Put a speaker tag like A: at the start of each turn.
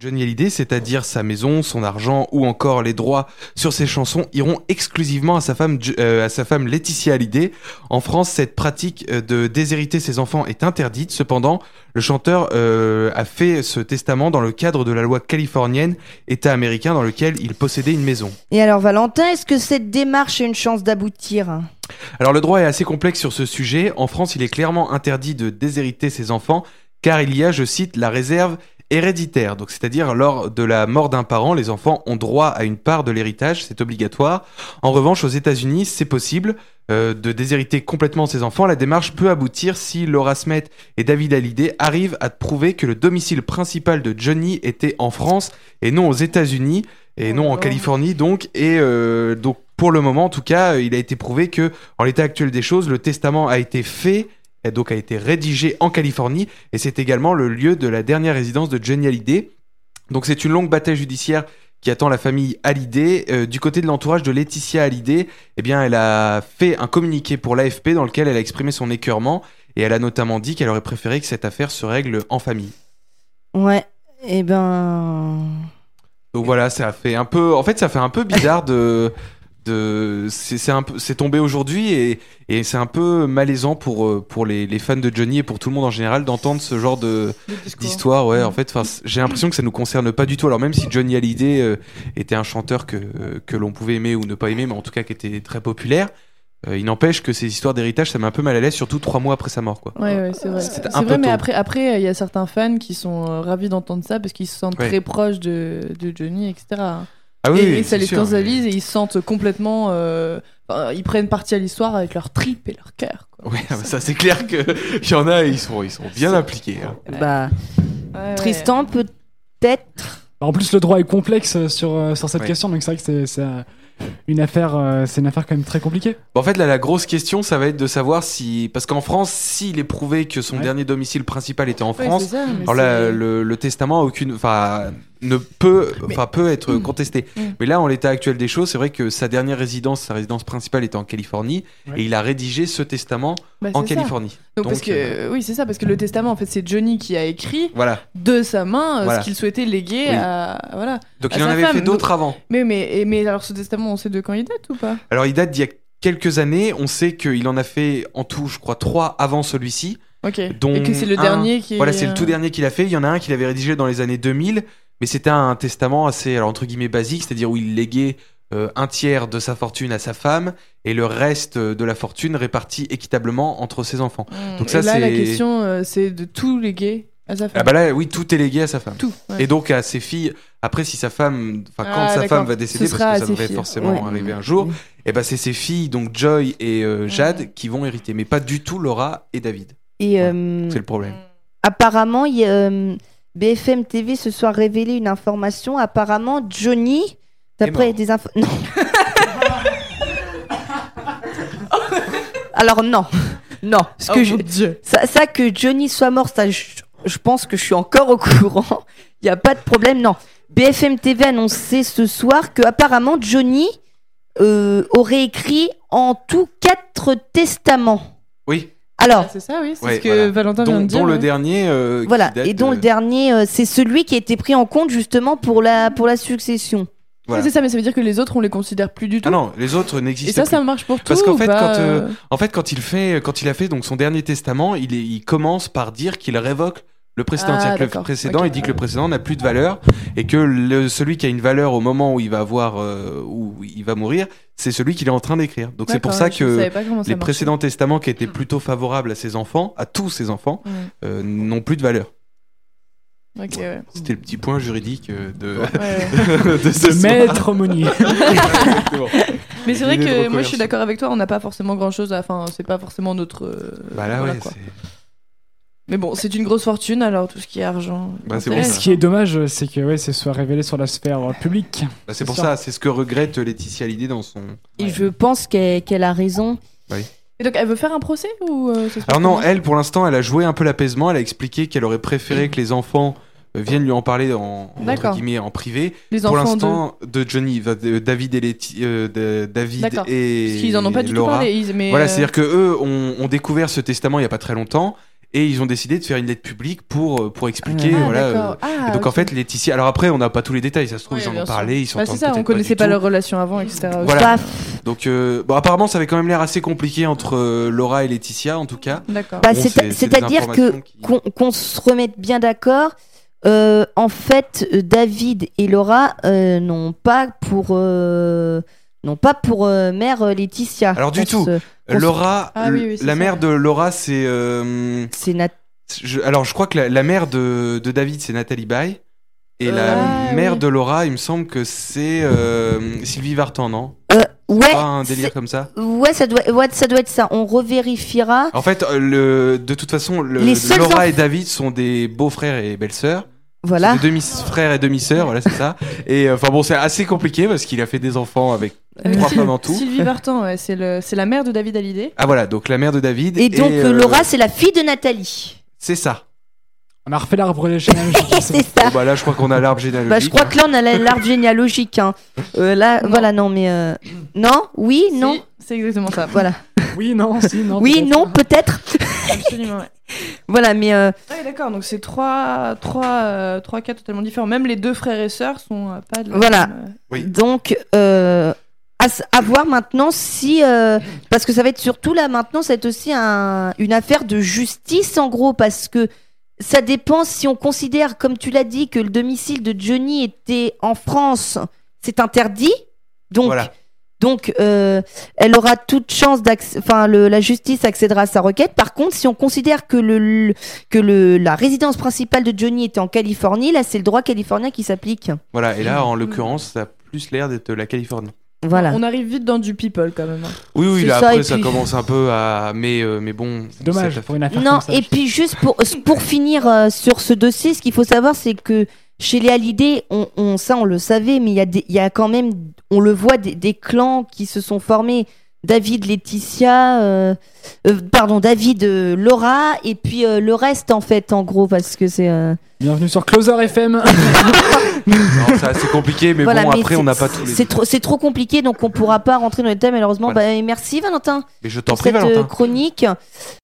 A: Johnny Hallyday, c'est-à-dire sa maison, son argent ou encore les droits sur ses chansons, iront exclusivement à sa femme, Ju- euh, à sa femme Laetitia Hallyday. En France, cette pratique euh, de déshériter ses enfants est interdite. Cependant, le chanteur euh, a fait ce testament dans le cadre de la loi californienne, État américain dans lequel il possédait une maison.
B: Et alors, Valentin, est-ce que cette démarche a une chance d'aboutir
A: Alors le droit est assez complexe sur ce sujet. En France, il est clairement interdit de déshériter ses enfants car il y a, je cite, la réserve héréditaire. Donc c'est-à-dire lors de la mort d'un parent, les enfants ont droit à une part de l'héritage, c'est obligatoire. En revanche, aux États-Unis, c'est possible euh, de déshériter complètement ses enfants. La démarche peut aboutir si Laura Smet et David Hallyday arrivent à prouver que le domicile principal de Johnny était en France et non aux États-Unis et non en
B: Oh.
A: Californie donc et euh, donc pour le moment en tout cas euh, il a été prouvé que en l'état actuel des choses le testament a été fait et donc a été rédigé en Californie et c'est également le lieu de la dernière résidence de Johnny Hallyday donc c'est une longue bataille judiciaire qui attend la famille Hallyday Euh, du côté de l'entourage de Laetitia Hallyday eh bien elle a fait un communiqué pour l'AFP dans lequel elle a exprimé son écœurement et elle a notamment dit qu'elle aurait préféré que cette affaire se règle en famille
B: Ouais, eh ben.
A: Donc voilà, ça fait un peu. En fait, ça fait un peu bizarre de. de c'est c'est un peu- c'est tombé aujourd'hui et, et c'est un peu malaisant pour euh, pour les, les fans de Johnny et pour tout le monde en général d'entendre ce genre de d'histoire. Ouais, en fait, enfin, c- j'ai l'impression que ça nous concerne pas du tout. Alors même si Johnny Hallyday euh, était un chanteur que euh, que l'on pouvait aimer ou ne pas aimer, mais en tout cas qui était très populaire. euh, il n'empêche que ces histoires d'héritage, ça m'a un peu mal à l'aise, surtout trois mois après sa mort, quoi.
C: Ouais, ouais, c'est vrai.
A: C'était
C: C'est
A: un peu
C: vrai, mais
A: tôt.
C: après, après, il y a certains fans qui sont euh, ravis d'entendre ça parce qu'ils se sentent
A: Ouais.
C: très proches de, de Johnny, etc.
A: Ah oui,
C: et, et
A: oui,
C: ça
A: c'est
C: les
A: sûr.
C: totalise et ils se sentent complètement. euh, enfin, ils prennent partie à l'histoire avec leur tripes et leur cœur. quoi.
A: Ouais, bah ça c'est clair que il y en a, ils sont ils sont bien appliqués. hein.
B: Bah,
C: Ouais, ouais.
B: Tristan, peut-être.
D: En plus, le droit est complexe euh, sur, euh, sur cette
A: Ouais.
D: question, donc c'est vrai que c'est- c'est euh, une affaire, euh, c'est une affaire quand même très compliquée.
A: En fait, là, la grosse question, ça va être de savoir si. Parce qu'en France, s'il est prouvé que son
D: Ouais.
A: dernier domicile principal était en
C: Ouais,
A: France,
C: c'est ça, mais
A: alors là,
C: c'est-
A: le, le testament a aucune. Enfin, ne peut, enfin, peut être contesté.
C: Mm.
A: Mais là, en l'état actuel des choses, c'est vrai que sa dernière résidence, sa résidence principale était en Californie,
D: Ouais.
A: et il a rédigé ce testament
C: bah,
A: en
C: c'est ça.
A: Californie.
C: Donc, parce
A: Donc,
C: que,
A: euh,
C: oui, c'est ça, parce que le testament, en fait, c'est Johnny qui a écrit
A: Voilà.
C: de sa main euh,
A: Voilà.
C: ce qu'il souhaitait léguer
A: Oui.
C: à. Voilà.
A: Donc,
C: Ah,
A: il en
C: sa
A: avait
C: femme,
A: fait d'autres avant.
C: Mais, mais, et- mais alors, ce testament, on sait de quand il date ou pas
A: Alors, il date d'il y a quelques années. On sait qu'il en a fait en tout, je crois, trois avant celui-ci.
C: Ok.
A: Dont
C: et que c'est le
A: un-
C: dernier qui.
A: Voilà, c'est le
C: euh,
A: tout dernier qu'il a fait. Il y en a un qu'il avait rédigé dans les années 2000, mais c'était un testament assez, alors, entre guillemets, basique, c'est-à-dire où il léguait euh, un tiers de sa fortune à sa femme et le reste euh, de la fortune réparti équitablement entre ses enfants.
C: Mm.
A: Donc
C: Et
A: ça,
C: là,
A: c'est-
C: la question, euh, c'est de tous les gays à sa femme.
A: Ah bah là, oui, tout est légué à sa femme.
C: Tout. ouais.
A: Et donc à ses filles, après si sa femme, enfin quand
C: Ah,
A: sa
C: d'accord.
A: femme va
C: Ce
A: décéder,
C: sera
A: parce
C: à
A: que ça
C: ses
A: devrait
C: filles.
A: forcément
B: Ouais.
A: arriver un jour, et ben c'est ses filles, donc Joy et euh, Jade, qui vont hériter, mais pas du tout Laura et David.
B: Et
A: Ouais,
C: Mm.
B: euh,
A: C'est le problème.
B: apparemment, il y a, euh, BFM TV se soit révélé une information. Apparemment, Johnny, d'après
A: mort.
B: des infos. Non. alors, non. Non. Ce que
C: Oh
B: je-
C: mon Dieu.
B: ça, ça que Johnny soit mort, ça, je, je pense que je suis encore au courant. Il n'y a pas de problème, non. BFM TV a annoncé ce soir que apparemment Johnny euh, aurait écrit en tout quatre testaments.
A: Oui,
B: Alors,
C: Ah, c'est ça, oui, c'est
A: Ouais,
C: ce que
A: voilà.
C: Valentin vient
A: dont,
C: de dire.
A: dont le
C: ouais.
A: dernier. euh, qui
B: Voilà,
A: date
B: et dont
A: de-
B: le dernier, euh, c'est celui qui a été pris en compte justement pour la, pour la succession.
A: Voilà.
C: Ouais, c'est ça, mais ça veut dire que les autres, on les considère plus du tout.
A: Ah non, les autres
C: Et
A: n'existent
C: ça,
A: plus.
C: ça marche pour
A: Parce
C: tout.
A: qu'en
C: ou
A: fait,
C: pas,
A: quand, euh,
C: euh,
A: En fait, quand il fait, quand il a fait donc son dernier testament, il, est- il commence par dire qu'il révoque le précédent.
C: Ah,
A: C'est-à-dire que le
C: d'accord.
A: précédent,
C: Ok.
A: il dit que le précédent n'a plus de valeur et que le- celui qui a une valeur au moment où il va avoir, euh, où il va mourir, c'est celui qu'il est en train d'écrire. Donc c'est pour
C: d'accord,
A: ça
C: je savais
A: que
C: pas comment ça
A: les
C: marchait.
A: précédents testaments qui étaient plutôt favorables à ses enfants, à tous ses enfants,
C: Ouais.
A: euh, n'ont plus de valeur.
C: Hmm, Ok, ouais.
A: C'était le petit point juridique euh, de,
C: Ouais, ouais.
A: de ce
D: De
A: soir.
D: Maître Monnier.
A: Exactement.
C: Mais c'est vrai
A: L'idée de
C: que moi,
A: reconversion.
C: je suis d'accord avec toi, on n'a pas forcément grand chose à. Enfin, c'est pas forcément notre. euh,
A: Bah là,
C: voilà,
A: ouais,
C: quoi.
A: c'est-
C: Mais bon, c'est une grosse fortune, alors tout ce qui est argent.
A: Bah, c'est bon,
D: Et
C: intéresse.
D: ce qui est dommage, euh, c'est que ouais, c'est soit révélé sur la sphère euh, publique.
A: bah, c'est
D: C'est
A: pour
D: sûr.
A: ça, c'est ce que regrette Laetitia Hallyday dans son.
B: Et je pense qu'elle qu'elle a raison.
C: Et donc, elle veut faire un procès ou euh, ça se passe
A: Alors non,
C: comment
A: elle, pour l'instant, elle a joué un peu l'apaisement. Elle a expliqué qu'elle aurait préféré que les enfants euh, viennent lui en parler en, entre
C: D'accord.
A: guillemets, en privé.
C: les
A: Pour
C: enfants de.
A: l'instant, de... Johnny, va- de- David et Letty- euh, de- David
C: D'accord.
A: et
C: Parce qu'ils en ont pas du tout
A: Laura.
C: parlé. ils- Mais
A: Voilà,
C: euh,
A: c'est-à-dire que eux ont, ont découvert ce testament il y a pas très longtemps. et ils ont décidé de faire une lettre publique pour, euh, pour expliquer.
C: Ah,
A: voilà,
C: d'accord.
A: euh,
C: Ah,
A: et donc en
C: ok.
A: fait, Laetitia. Alors après, on n'a pas tous les détails, ça se trouve,
C: Oui,
A: ils en
C: bien
A: ont
C: sûr.
A: parlé, ils sont
C: Bah, c'est ça, on connaissait pas leur relation avant, etc. aussi.
A: Voilà.
B: Paf.
A: Donc euh, bon, apparemment, ça avait quand même l'air assez compliqué entre euh, Laura et Laetitia, en tout cas.
C: D'accord.
B: Bah,
A: Bon,
B: c'est-
A: c'est- c'est des
B: C'est-à-dire que
A: informations qui-
B: qu'on qu'on se remette bien d'accord. euh, en fait, euh, David et Laura euh, n'ont pas pour euh, n'ont pas pour euh, mère euh, Laetitia.
A: Alors, du
B: On se-
A: tout.
B: On se-
A: Laura,
C: Ah oui, oui, c'est
A: la
C: ça.
A: mère de Laura, c'est euh,
B: C'est Nat-
A: Je- alors, je crois que la, la mère de, de David, c'est Nathalie Baye. Et la
C: Ah,
A: mère
C: oui.
A: de Laura, il me semble que c'est euh, Sylvie Vartan, non
B: euh, ouais.
A: Pas un
B: c'est-
A: délire comme ça
B: Ouais, ça doit, ouais, ça doit être ça. On revérifiera.
A: En fait, euh, le, de toute façon, le-
B: Les seuls
A: Laura
B: enfants-
A: et David sont des beaux-frères et belles-sœurs.
B: Voilà.
A: C'est des demi-frères et demi-sœurs, voilà, c'est ça. Et euh, enfin bon, c'est assez compliqué parce qu'il a fait des enfants avec trois
C: Sylvie-
A: femmes en tout.
C: Sylvie Vartan, ouais, c'est le- c'est la mère de David Hallyday.
A: Ah voilà, donc la mère de David.
B: Et donc
A: euh,
B: Laura, c'est la fille de Nathalie.
A: C'est ça.
D: On a refait l'arbre généalogique.
B: C'est ça.
A: Bon, bah là, je crois qu'on a l'arbre généalogique.
B: Bah, je crois que là, on a la- l'arbre généalogique. Hein. Euh, là,
C: Non.
B: voilà, non, mais euh, non, oui, non,
C: Si, C'est exactement ça.
B: voilà,
D: Oui, non, si, non.
B: oui,
D: peut-être.
B: non, peut-être.
C: Absolument, ouais.
B: voilà, mais euh,
C: Ah oui, d'accord, donc c'est trois, trois, euh, trois cas totalement différents. Même les deux frères et sœurs sont euh, pas de la
B: Voilà.
C: même, euh,
A: Oui.
B: donc euh, à, s- à voir maintenant si euh, parce que ça va être surtout là maintenant, ça va être aussi un- une affaire de justice en gros parce que ça dépend si on considère, comme tu l'as dit, que le domicile de Johnny était en France, c'est interdit. Donc
A: Voilà.
B: Donc, euh, elle aura toute chance d'acc- Enfin, le- la justice accédera à sa requête. Par contre, si on considère que, le, le- que le, la résidence principale de Johnny était en Californie, là, c'est le droit californien qui s'applique.
A: Voilà, et là, en l'occurrence, ça a plus l'air d'être la Californie.
B: Voilà.
C: On arrive vite dans du people quand même. hein.
A: Oui, oui,
B: C'est
A: là,
B: ça,
A: après,
B: et
A: ça
B: puis-
A: commence un peu à. Mais, euh, mais bon.
D: C'est Dommage
A: ça-
D: pour une affaire
B: Non,
D: comme ça.
B: et puis juste pour, pour finir euh, sur ce dossier, ce qu'il faut savoir, c'est que chez les Hallyday, on, on- ça, on le savait, mais il y, a des- il y a quand même, on le voit, des, des clans qui se sont formés. David, Laetitia, euh, euh, pardon, David, euh, Laura, et puis euh, le reste, en fait, en gros, parce que c'est. euh,
D: Bienvenue sur Closer FM.
A: Non, ça, c'est compliqué, mais
B: Voilà,
A: bon,
B: mais
A: après,
B: c'est-
A: on n'a pas tous les.
B: C'est trop, c'est trop compliqué, donc on pourra pas rentrer dans les thèmes, malheureusement.
A: Voilà.
B: Bah, et merci Valentin
A: Mais je t'en
B: pour
A: prie,
B: cette euh,
A: Valentin.
B: chronique.